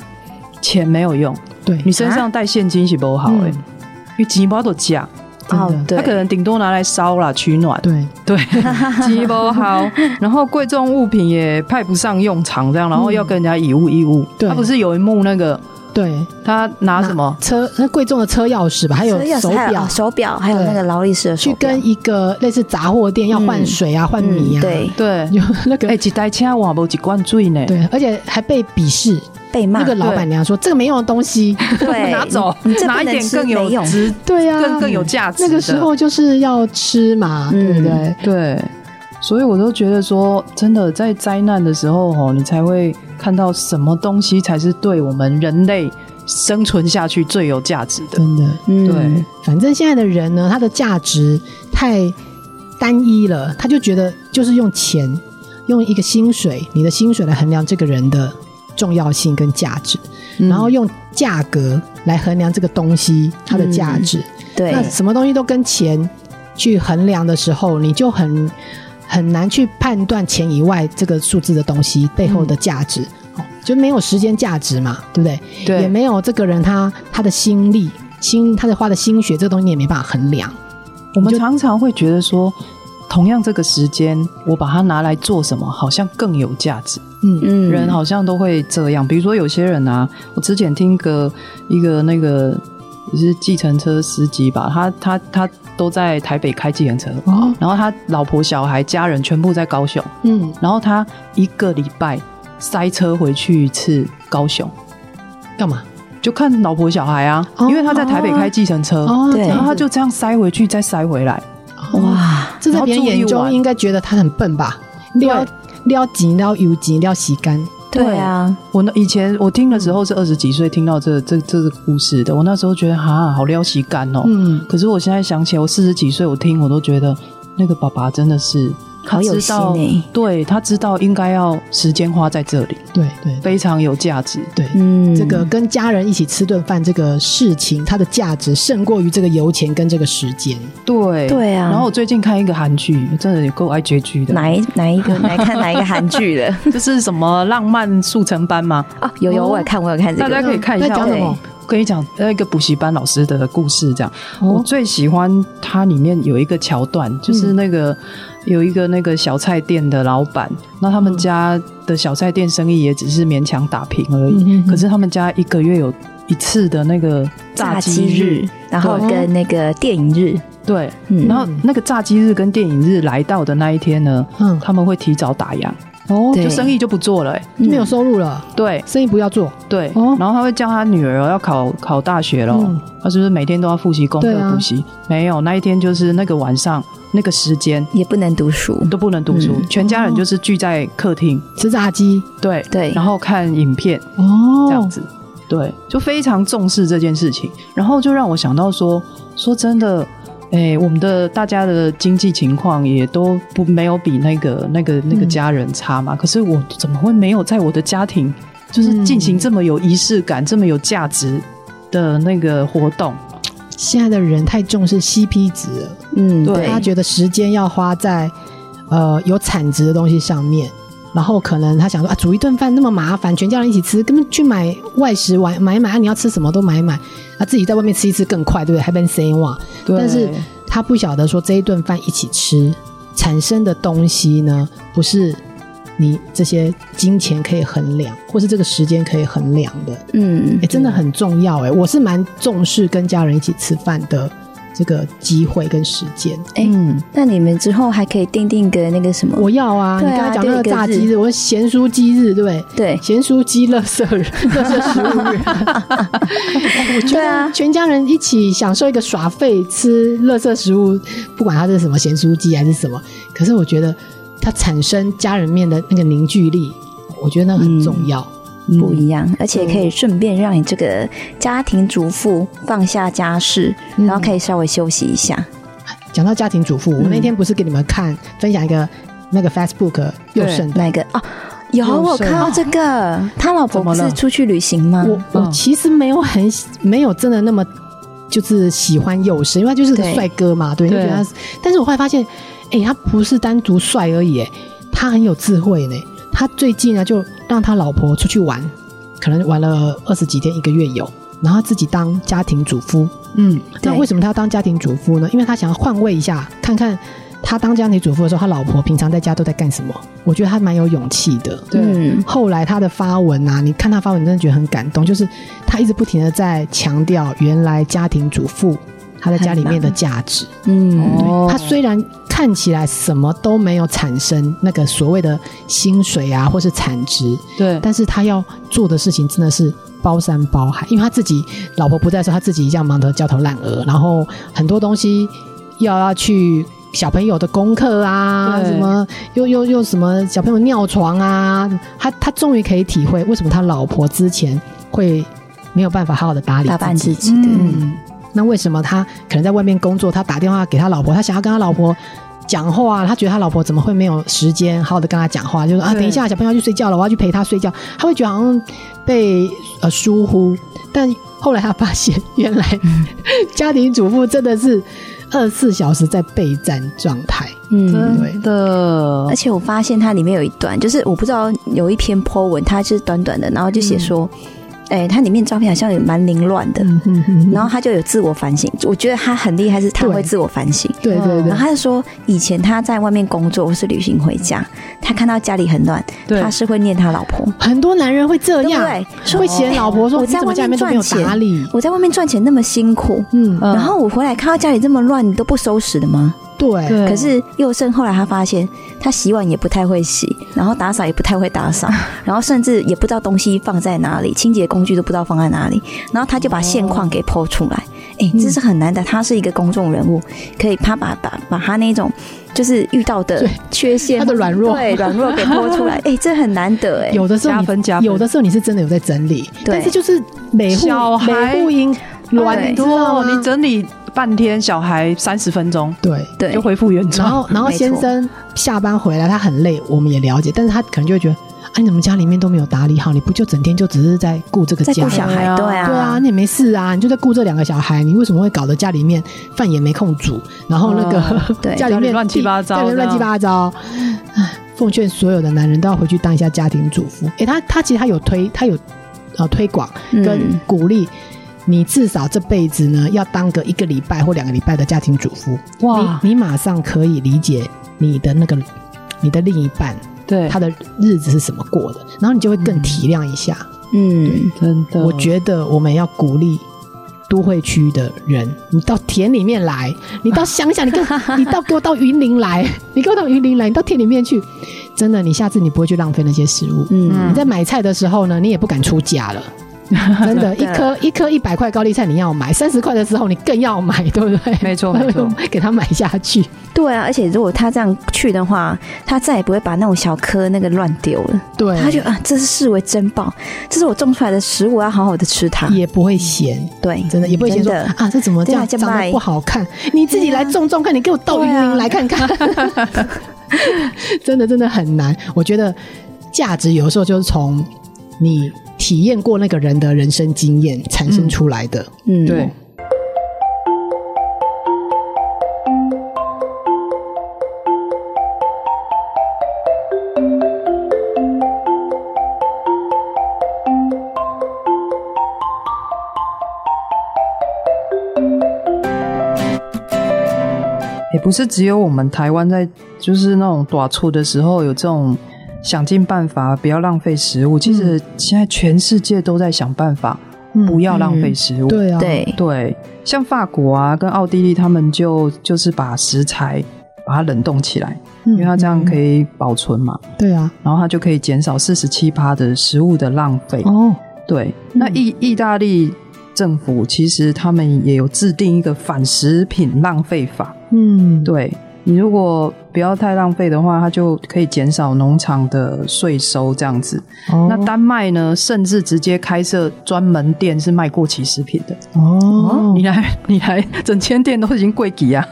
S3: 钱没有用，
S2: 对，
S3: 你身上带现金是不好哎、
S2: 啊嗯
S3: 因为钱包都假，
S2: 真的
S4: 哦，对
S3: 他，可能顶多拿来烧啦取暖，
S2: 对，
S3: 对， 钱 包好，然后贵重物品也派不上用场，这样，然后要跟人家以物易物。
S2: 嗯对
S3: 他不是有一幕那个
S2: 对，
S3: 他拿什么？
S2: 车那贵重的车钥匙吧，还有
S4: 所以有
S2: 手
S4: 还有
S2: 表
S4: 哦，手表，还有
S2: 对
S4: 那个劳力士的手
S2: 去
S4: 表，
S2: 跟一个类似杂货店要换水啊、换米
S4: 嗯
S2: 啊，，
S4: 对
S3: 对，
S2: 有那
S3: 哎、
S2: 个
S3: 一台车我无一罐水呢。
S2: 对，而且还被鄙视，
S4: 被骂
S2: 那个老板娘说这个没用的东西，
S4: 对
S3: 拿走，
S4: 你你这不
S3: 拿一
S4: 能
S3: 点
S4: 吃
S3: 更
S4: 没
S3: 有
S4: 用
S3: 值，
S2: 对啊，
S3: 更更有价值的。
S2: 那个时候就是要吃嘛，
S4: 嗯
S2: 对不对？
S3: 对，所以我都觉得说，真的在灾难的时候哦，你才会看到什么东西才是对我们人类生存下去最有价值的。
S2: 真的，
S4: 嗯
S3: 对，
S2: 反正现在的人呢，他的价值太单一了，他就觉得就是用钱，用一个薪水，你的薪水来衡量这个人的重要性跟价值，
S3: 嗯
S2: 然后用价格来衡量这个东西它的价值。
S4: 对
S2: 那什么东西都跟钱去衡量的时候，你就很很难去判断钱以外这个数字的东西背后的价值。哦，就没有时间价值嘛，对不对？也
S3: 对，
S2: 没有这个人他他的心力、心他的花的心血，这个东西你也没办法衡量。
S3: 我们
S2: 就
S3: 常常会觉得说，同样这个时间，我把它拿来做什么，好像更有价值。
S2: 嗯
S4: 嗯
S3: 人哦好像都会这样。比如说有些人啊，我之前听个一个那个也是计程车司机吧，他他他都在台北开计程车，
S2: 哦，
S3: 然后他老婆、小孩、家人全部在高雄，
S2: 嗯，
S3: 然后他一个礼拜塞车回去一次高雄，
S2: 干嘛？
S3: 就看老婆、小孩啊，
S2: 哦
S3: 因为他在台北开计程车。
S2: 哦，
S4: 对
S2: 这
S3: 然
S2: 样
S3: 后
S2: 子
S3: 他就这样塞回去，再塞回来。
S2: 哇，
S4: 哇，
S2: 这在别人眼
S3: 然后注意
S2: 中
S3: 完
S2: 应该觉得他很笨吧？撩撩紧、撩油紧、撩洗干，
S4: 对啊，
S3: 我那以前我听的时候是二十几岁听到这这这个故事的，我那时候觉得哈好撩喜感哦。
S2: 嗯，
S3: 可是我现在想起来，我四十几岁，我听我都觉得那个爸爸真的是他
S4: 好有
S3: 知
S4: 心
S3: 道，
S4: 欸
S3: 对他知道应该要时间花在这里，
S2: 对对
S3: 非常有价值。
S2: 对。
S4: 嗯，
S2: 这个跟家人一起吃顿饭这个事情，它的价值胜过于这个油钱跟这个时间。
S3: 对
S4: 对啊
S3: 然后我最近看一个韩剧，真的也够爱拮据的，
S4: 哪一哪一个 来看哪一个韩剧的？
S3: 就是什么浪漫速成班吗？
S4: 哦，有有，
S2: 哦
S4: 我也看，我有看这
S3: 大家
S4: 个，
S3: 可以看一下。哦
S2: 在讲什么？
S3: 我跟你讲，那个补习班老师的故事，这样、我
S2: 哦，
S3: 最喜欢它里面有一个桥段，就是那个、
S2: 嗯
S3: 有一个那个小菜店的老板，那他们家的小菜店生意也只是勉强打平而已，
S2: 嗯嗯嗯
S3: 可是他们家一个月有一次的那个炸鸡日，，
S4: 然后
S2: 对
S4: 跟那个电影日，
S3: 对，
S4: 嗯，
S3: 然后那个炸鸡日跟电影日来到的那一天呢，
S2: 嗯，
S3: 他们会提早打烊，
S2: 哦，
S4: 对
S3: 就生意就不做了、欸，
S4: 嗯
S2: 没有收入了，
S3: 对
S2: 生意不要做。
S3: 对，
S2: 哦
S3: 然后他会叫他女儿哦要考考大学咯，
S2: 嗯
S3: 他是不是每天都要复习功
S2: 对
S3: 课
S2: 啊
S3: 补习？没有，那一天就是那个晚上那个时间
S4: 也不能读书，
S3: 都不能读书，
S4: 嗯
S3: 全家人就是聚在客厅，
S2: 吃炸鸡
S3: 对
S4: 对
S3: 然后看影片
S2: 哦
S3: 这样子，对，就非常重视这件事情，然后就让我想到说，说真的。哎、我们的大家的经济情况也都不没有比那个那个那个
S2: 嗯
S3: 家人差嘛。可是我怎么会没有在我的家庭就是进行这么有仪式感、这么有价值的那个活动？
S2: 现在的人太重视 CP 值了，
S4: 嗯，
S3: 对
S4: 对，
S2: 他觉得时间要花在呃有产值的东西上面，然后可能他想说啊，煮一顿饭那么麻烦，全家人一起吃，根本去买外食玩买一买啊，你要吃什么都买一买，啊自己在外面吃一吃更快，对不对？还被 say 哇，
S3: 对
S2: 但是他不晓得说这一顿饭一起吃产生的东西呢，不是你这些金钱可以衡量，或是这个时间可以衡量的。
S4: 嗯
S2: 哎、，真的很重要哎、我是蛮重视跟家人一起吃饭的这个机会跟时间。
S3: 嗯，
S4: 那你们之后还可以定定个那个什么？
S2: 我要啊，
S4: 对啊
S2: 你刚才讲那个
S4: 对一个
S2: 炸鸡
S4: 日
S2: 日，我是咸酥鸡日，对不对？
S4: 对，
S2: 咸酥鸡乐色 日，乐色食物日。我觉
S4: 对啊
S2: 得全家人一起享受一个耍废吃乐色食物，不管它是什么咸酥鸡还是什么，可是我觉得它产生家人面的那个凝聚力，我觉得那很重要。
S4: 不一样，而且可以顺便让你这个家庭主妇放下家事，
S2: 嗯
S4: 然后可以稍微休息一下。
S2: 讲到家庭主妇，我那天不是给你们看分享一个那个 Facebook 又剩的。
S4: 那个哦，有
S3: 右
S4: 我
S3: 肾
S4: 看到这个，他老婆
S3: 怎么
S4: 不
S3: 了
S4: 是出去旅行吗？
S2: 我我其实没有很喜没有真的那么就是喜欢幼师，因为他就是个
S4: 对
S2: 帅哥嘛，对，你就觉
S3: 对
S2: 得他是。但是我后来发现，哎、他不是单独帅而已，哎，他很有智慧呢。他最近呢，就让他老婆出去玩，可能玩了二十几天，一个月有。然后他自己当家庭主夫，
S3: 嗯，
S2: 那
S4: 对
S2: 为什么他要当家庭主夫呢？因为他想要换位一下，看看他当家庭主妇的时候，他老婆平常在家都在干什么。我觉得他蛮有勇气的。
S3: 对，
S4: 嗯，
S2: 后来他的发文啊，你看他发文，你真的觉得很感动，就是他一直不停的在强调原来家庭主妇她在家里面的价值。
S4: 嗯
S3: 哦
S2: 她虽然看起来什么都没有产生那个所谓的薪水啊，或是产值，
S3: 对，
S2: 但是她要做的事情真的是。包山包海，因为她自己老婆不在的时候，她自己一样忙得焦头烂额，然后很多东西又要去小朋友的功课啊，
S3: 对
S2: 什么又又又什么小朋友尿床啊，他他终于可以体会为什么他老婆之前会没有办法好好的打理
S4: 打扮自
S2: 自己，
S4: 己的，
S3: 嗯，
S2: 那为什么他可能在外面工作，他打电话给他老婆，他想要跟他老婆讲话，他觉得他老婆怎么会没有时间好好的跟他讲话？就是啊，
S3: 对
S2: 等一下小朋友要去睡觉了，我要去陪他睡觉，他会觉得好像被呃疏忽。但后来他发现，原来
S4: 嗯
S2: 家庭主妇真的是二十四小时在备战状态。
S4: 嗯。
S3: 真的
S4: 而，且我发现它里面有一段，就是我不知道有一篇 po 文，它是短短的，然后就写说，哎、它里面照片好像也蛮凌乱的，
S2: 嗯嗯嗯，
S4: 然后他就有自我反省。我觉得他很厉害，是他
S2: 对
S4: 会自我反省。
S2: 对对对
S4: 然后，他就说，以前他在外面工作或是旅行回家，他看到家里很乱，
S3: 对
S4: 他是会念他老婆，
S2: 很多男人会这
S4: 对不
S2: 样，
S4: 对？说
S2: 会嫌老婆说
S4: 我
S2: 你
S4: 在
S2: 怎么
S4: 外
S2: 家里面
S4: 面
S2: 都没有
S4: 赚钱
S2: 打，理。
S4: 我在外面赚钱那么辛苦，
S2: 嗯，
S3: 嗯
S4: 然后我回来看到家里这么乱，你都不收拾的吗？
S2: 对，
S3: 嗯对，
S4: 可是佑胜后来他发现，他洗碗也不太会洗，然后打扫也不太会 打扫，然后甚至也不知道东西放在哪里，清洁工具都不知道放在哪里，然后他就把现况给剖出来。哎、
S2: 嗯
S4: 这是很难的，他是一个公众人物，可以他把把把他那种就是遇到的
S2: 对
S4: 缺陷，
S2: 他的软弱
S4: 对软弱给 剖出来，哎、这很难得哎、
S2: 有的时候
S3: 加
S2: 你
S3: 分加分
S2: 有的时候你是真的有在整理，
S4: 对
S2: 但是就是每户
S3: 小孩
S2: 每户应
S4: 对
S2: 乱
S3: 很
S2: 多，
S3: 多，你
S2: 真
S3: 整理半天，小孩三十分钟
S2: 对。
S4: 对
S3: 就，恢复原
S2: 然
S3: 状，
S2: 后然后
S4: 没错
S2: 先生下班回来，他很累，我们也了解，但是他可能就会觉得，啊，你怎么家里面都没有打理好？你不就整天就只是在顾这个
S4: 在
S2: 家
S4: 顾
S2: 吗？
S4: 小
S3: 对
S4: 孩，
S3: 啊
S4: 对啊，
S2: 对啊，你也没事啊，你就在顾这两个小孩，你为什么会搞得家里面饭也没空煮，然后那个、
S3: 哦
S4: 对
S2: 家里面
S3: 乱七八糟
S2: 家里面乱七八糟。唉奉劝所有的男人都要回去当一下家庭主妇。诶，他他其实他有推，他有呃推广跟
S4: 嗯
S2: 鼓励。你至少这辈子呢，要当个一个礼拜或两个礼拜的家庭主妇，
S3: 哇，
S2: 你你马上可以理解你的那个你的另一半
S3: 对，
S2: 他的日子是怎么过的，然后你就会更体谅一下。
S4: 嗯，
S3: 真的，
S2: 我觉得我们要鼓励都会区的人，你到田里面来，你到乡下，你 跟你到给我到云林来， 你给我到云林来，你到田里面去，真的，你下次你不会去浪费那些食物。
S4: 嗯
S2: 你在买菜的时候呢，你也不敢出价 了。真的，一颗一颗一百块高丽菜你要买，三十块的时候你更要买，对不对？
S3: 没错没错，
S2: 给他买下去。
S4: 对啊，而且如果他这样去的话，他再也不会把那种小颗那个乱丢了。
S2: 对，
S4: 他就啊，这是视为珍宝，这是我种出来的食物，我要好好的吃它。
S2: 也不会咸，
S4: 对，
S2: 真的也不会嫌说
S4: 真的
S2: 啊，这怎么这样
S4: 对啊这
S2: 长
S4: 样
S2: 得
S4: 卖啊
S2: 不好看？你自己来种种看，你给我到云
S4: 对啊
S2: 林来看看， 真的真的很难。我觉得价值有时候就是从你体验过那个人的人生经验产生出来的。
S4: 嗯，
S3: 对，也不是只有我们台湾在，就是那种短促的时候有这种想尽办法不要浪费食物。其实现在全世界都在想办法
S2: 嗯
S3: 不要浪费食物。
S2: 对啊，，
S4: 对，
S3: 对，像法国啊跟奥地利，他们就就是把食材把它冷冻起来，因为它这样可以保存嘛，
S2: 嗯对啊，
S3: 然后它就可以减少四十七趴的食物的浪费。
S2: 哦，
S3: 对，那意意大利政府其实他们也有制定一个反食品浪费法。
S2: 嗯，
S3: 对你如果不要太浪费的话，它就可以减少农场的税收这样子。
S2: 哦，
S3: 那丹麦呢，甚至直接开设专门店是卖过期食品的。
S2: 哦
S3: 你，来，你来，整间店都已经贵极啊，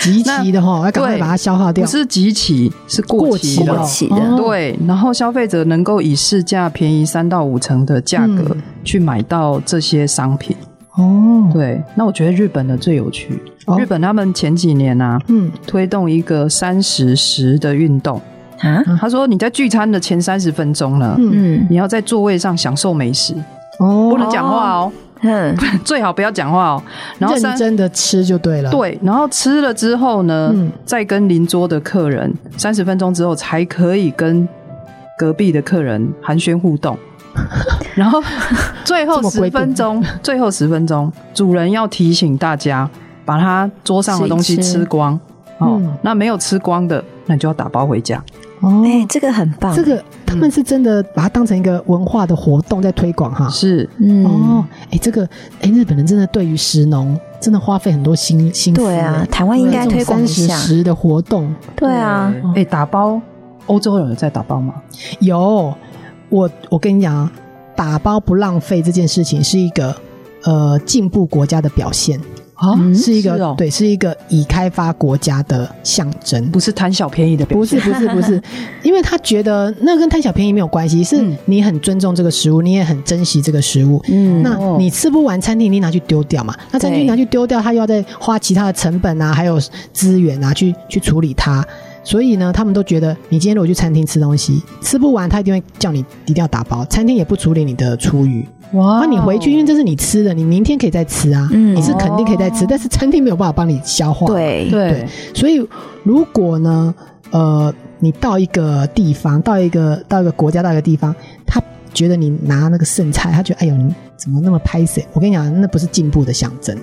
S2: 集齐的哈，要赶快
S3: 对
S2: 把它消化掉
S3: 不。是集齐，是过
S2: 过
S3: 期
S2: 期哦
S3: 的。
S2: 了
S4: 过期的，
S3: 对，然后消费者能够以市价便宜三到五成的价格
S2: 嗯
S3: 去买到这些商品。
S2: 哦，
S3: 对，那我觉得日本的最有趣。
S2: 哦
S3: 日本他们前几年啊，
S2: 嗯，
S3: 推动一个三十十的运动。
S4: 啊，
S3: 他说你在聚餐的前三十分钟呢，
S2: 嗯
S4: 嗯
S3: 你要在座位上享受美食，不
S2: 哦，
S3: 能讲话哦，
S4: 嗯，
S3: 最好不要讲话哦。然后
S2: 认
S3: 三
S2: 真的吃就对了。，
S3: 对，然后吃了之后呢，
S2: 嗯
S3: 再跟邻桌的客人三十分钟之后才可以跟隔壁的客人寒暄 互动。然后最后
S2: 这么规定
S3: 十分钟，最后十分钟，主人要提醒大家把他桌上的东西
S4: 吃一吃
S3: 吃光。哦，
S2: 嗯
S3: 那没有吃光的，那你就要打包回家。
S2: 哦，
S4: 哎，这个很棒，
S2: 这个他们是真的把它当成一个文化的活动在推广哈。
S3: 是，
S4: 嗯，
S2: 哦，哎，这个哎，日本人真的对于食农真的花费很多心心思。
S4: 对啊
S2: 哎，
S4: 台湾应该推广一下
S2: 三，十的活动
S4: 对啊，
S3: 哎、打包，欧洲人有在打包吗？
S2: 有，我我跟你讲啊，打包不浪费这件事情是一个呃进步国家的表现，
S3: 啊
S4: 嗯
S2: 是一个、
S3: 哦，，
S2: 对，是一个已开发国家的象征。
S3: 不是贪小便宜的表
S2: 不是不是不 是，因为他觉得那跟贪小便宜没有关系，是
S3: 嗯
S2: 你很尊重这个食物，你也很珍惜这个食物。
S4: 嗯，
S2: 那
S3: 哦
S2: 你吃不完餐厅，你拿去丢掉嘛？那餐厅
S4: 对
S2: 拿去丢掉，他又要再花其他的成本啊，还有资源啊，去去处理它。所以呢，他们都觉得你今天如果去餐厅吃东西，吃不完，他一定会叫你一定要打包。餐厅也不处理你的厨余，啊
S3: 哇
S2: 那你回去，因为这是你吃的，你明天可以再吃啊，
S4: 哦嗯
S2: 你是肯定可以再吃，但是餐厅没有办法帮你消化。
S4: 对，
S3: 对
S2: 对，啊所以如果呢，呃，你到一个地方，到一个到一个国家，到一个地方，他觉得你拿那个剩菜，他觉得哎呦，你怎么那么拍谁？我跟你讲，那不是进步的象征。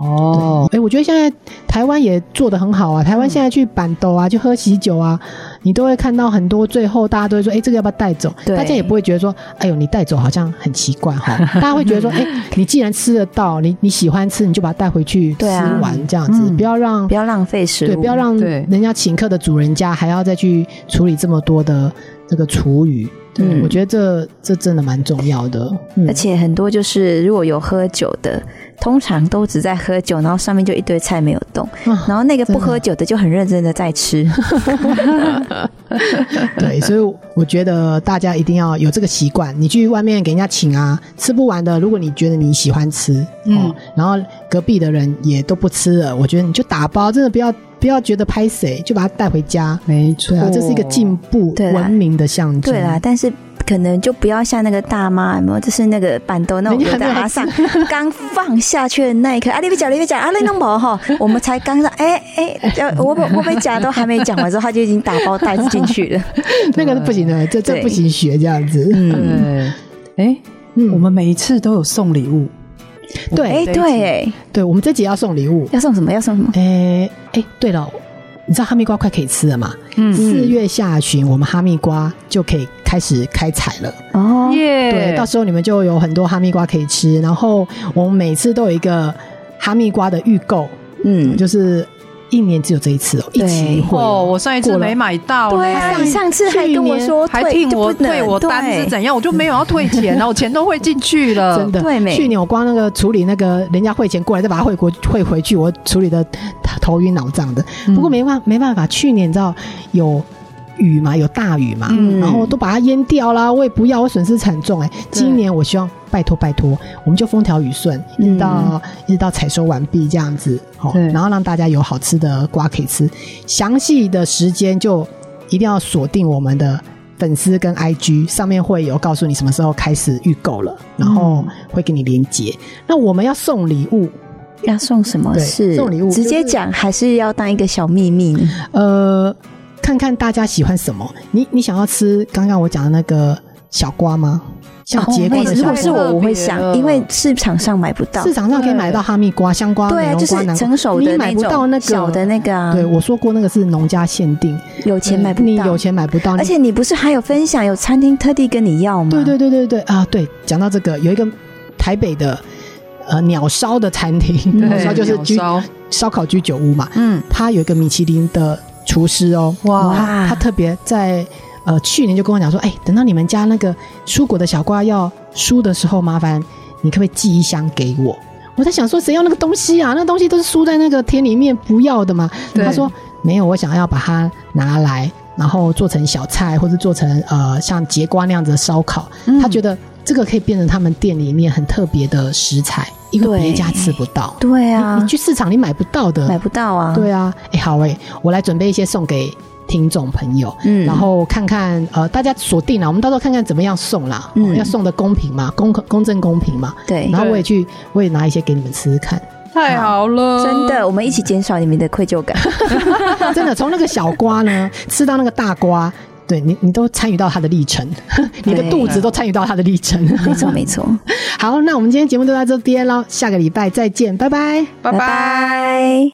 S3: 哦，
S2: 哎，我觉得现在台湾也做得很好
S4: 嗯
S2: 啊，台湾现在去板豆啊，去喝喜酒啊，你都会看到很多，最后大家都会说，哎，这个要不要带走？
S4: 对
S2: 大家也不会觉得说，哎呦，你带走好像很奇怪哈、 大家会觉得说，哎，你既然吃得到，你你喜欢吃，你就把它带回去吃
S4: 对啊
S2: 完，这样子，
S3: 嗯
S2: 不要让
S4: 不要浪费食物，
S2: 对，不要让
S3: 对
S2: 人家请客的主人家还要再去处理这么多的那个厨余。对，
S4: 嗯
S2: 我觉得这这真的蛮重要的。嗯
S4: 而且很多就是如果有喝酒的，通常都只在喝酒，然后上面就一堆菜没有动，
S2: 啊
S4: 然后那个
S2: 真
S4: 不
S2: 的
S4: 喝酒的就很认真的在吃。
S2: 对，所以我觉得大家一定要有这个习惯。你去外面给人家请啊，吃不完的，如果你觉得你喜欢吃，
S3: 嗯
S2: 哦，然后隔壁的人也都不吃了，我觉得你就打包，真的不要不要觉得拍谁，就把它带回家。
S3: 没错，
S2: 对啊，这是一个进步
S4: 对啦
S2: 文明的象征。
S4: 对啦，但是可能就不要像那个大妈，有没有？就是那个板豆那种
S2: 人家
S4: 留
S2: 还没
S4: 在
S2: 来
S4: 阿 上刚放下去的那一刻，啊，你别讲，你别讲，啊，你弄毛哈，我们才刚上，哎哎，要我被我被夹都还没讲完之后，他就已经打包带进去了。
S2: 那个不行的，这这
S4: 对
S2: 不行学这样子。
S4: 嗯，
S3: 对，哎，
S2: 嗯，
S3: 我们每一次都有送礼物，
S2: 对
S4: 哎，对，哎，
S2: 对，我们这集要送礼物，
S4: 要送什么？要送什么？
S2: 诶诶，呃哎对了，你知道哈密瓜快可以吃了嘛？
S3: 嗯，
S2: 四、月下旬，我们哈密瓜就可以开始开采了。
S4: 哦，
S2: 对，
S3: 耶
S2: 到时候你们就有很多哈密瓜可以吃。然后我们每次都有一个哈密瓜的预购，
S4: 嗯，
S2: 就是一年只有这一次哦，一期一会
S3: 哦，
S2: 哦。
S3: 我上一次
S2: 过了
S3: 没买到，
S4: 对啊，
S2: 上
S4: 你上次还跟我说
S3: 还
S4: 退
S3: 替
S4: 就不
S3: 我
S4: 能
S3: 退我单
S4: 对
S3: 是怎样，我就没有要退钱 啊，我钱都汇进去了，
S2: 真的，
S4: 对没
S2: 去年我光那个处理那个人家汇钱过来，再把它汇过汇回去，我处理的头晕脑胀的。不过没办没办法，去年你知道有雨嘛，有大雨嘛，
S4: 嗯
S2: 然后都把它淹掉啦，我也不要，我损失惨重哎、今年我希望拜托拜托，我们就风调雨顺，一
S4: 嗯
S2: 直到、一直到采收完毕这样子，好、
S3: 对
S2: 然后让大家有好吃的瓜可以吃。详细的时间就一定要锁定我们的。粉丝跟 IG 上面会有告诉你什么时候开始预购了，然
S4: 嗯
S2: 后会给你连接。那我们要送礼物，
S4: 要送什么
S2: 对
S4: 是
S2: 送礼物
S4: 直接
S2: 就是
S4: 讲还是要当一个小秘密呢？
S2: 呃，看看大家喜欢什么。你你想要吃刚刚我讲的那个小瓜吗？像
S4: 哦
S2: 节瓜
S4: 那
S2: 的
S4: 如
S2: 小
S4: 果
S2: 瓜，
S4: 是我，我
S3: 太特
S4: 会
S3: 别
S4: 想，
S3: 了
S4: 因为市场上买不到
S2: 市，场上可以买到哈密瓜、香瓜、
S4: 嗯对
S2: 美
S4: 啊，
S2: 容
S4: 就是
S2: 瓜、南瓜。
S4: 成熟
S2: 你
S4: 的
S2: 买不到
S4: 种
S2: 那个
S4: 小的那个啊，
S2: 对，我说过那个是农家限定，嗯
S4: 有钱买不
S2: 你有
S4: 到。
S2: 钱买不到。
S4: 而且你不是还有分享，有餐厅特地跟你要吗？
S2: 对对对对对啊，对，讲到这个，有一个台北的呃鸟烧的餐厅，
S3: 嗯对
S2: 鸟烧就是
S3: 鸟
S2: 居
S3: 烧
S2: 烧烤居酒屋嘛，
S4: 嗯，
S2: 他有一个米其林的厨师哦，
S4: 哇
S2: 他特别在呃去年就跟我讲说，哎，等到你们家那个蔬果的小瓜要酥的时候，麻烦你可不可以寄一箱给我？我在想说，谁要那个东西啊？那个东西都是酥在那个天里面，不要的嘛。
S3: 对
S2: 他说没有，我想要把它拿来，然后做成小菜，或者做成呃像节瓜那样子的烧烤。
S4: 嗯
S2: 他觉得这个可以变成他们店里面很特别的食材，因为
S4: 对
S2: 别家吃不到。
S4: 对
S2: 你
S4: 啊
S2: 你，去市场你买不到的，
S4: 买不到啊。
S2: 对啊，哎、好哎、我来准备一些送给听众朋友，
S4: 嗯
S2: 然后看看呃大家锁定了，我们到时候看看怎么样送啦，
S4: 嗯
S2: 要送的公平嘛，公公正公平嘛。
S4: 对
S2: 然，后我也去，我也拿一些给你们吃吃 看。
S3: 太好了，
S4: 真的，我们一起减少你们的愧疚感。
S2: 真的，从那个小瓜呢，吃到那个大瓜，对你，你都参与到它的历程， 你的
S4: 对
S2: 肚子都参与到它的历程。
S4: 没错，没错，
S2: 好，那我们今天节目就到这边喽，下个礼拜再见，拜拜。
S3: 拜拜。
S4: 拜拜。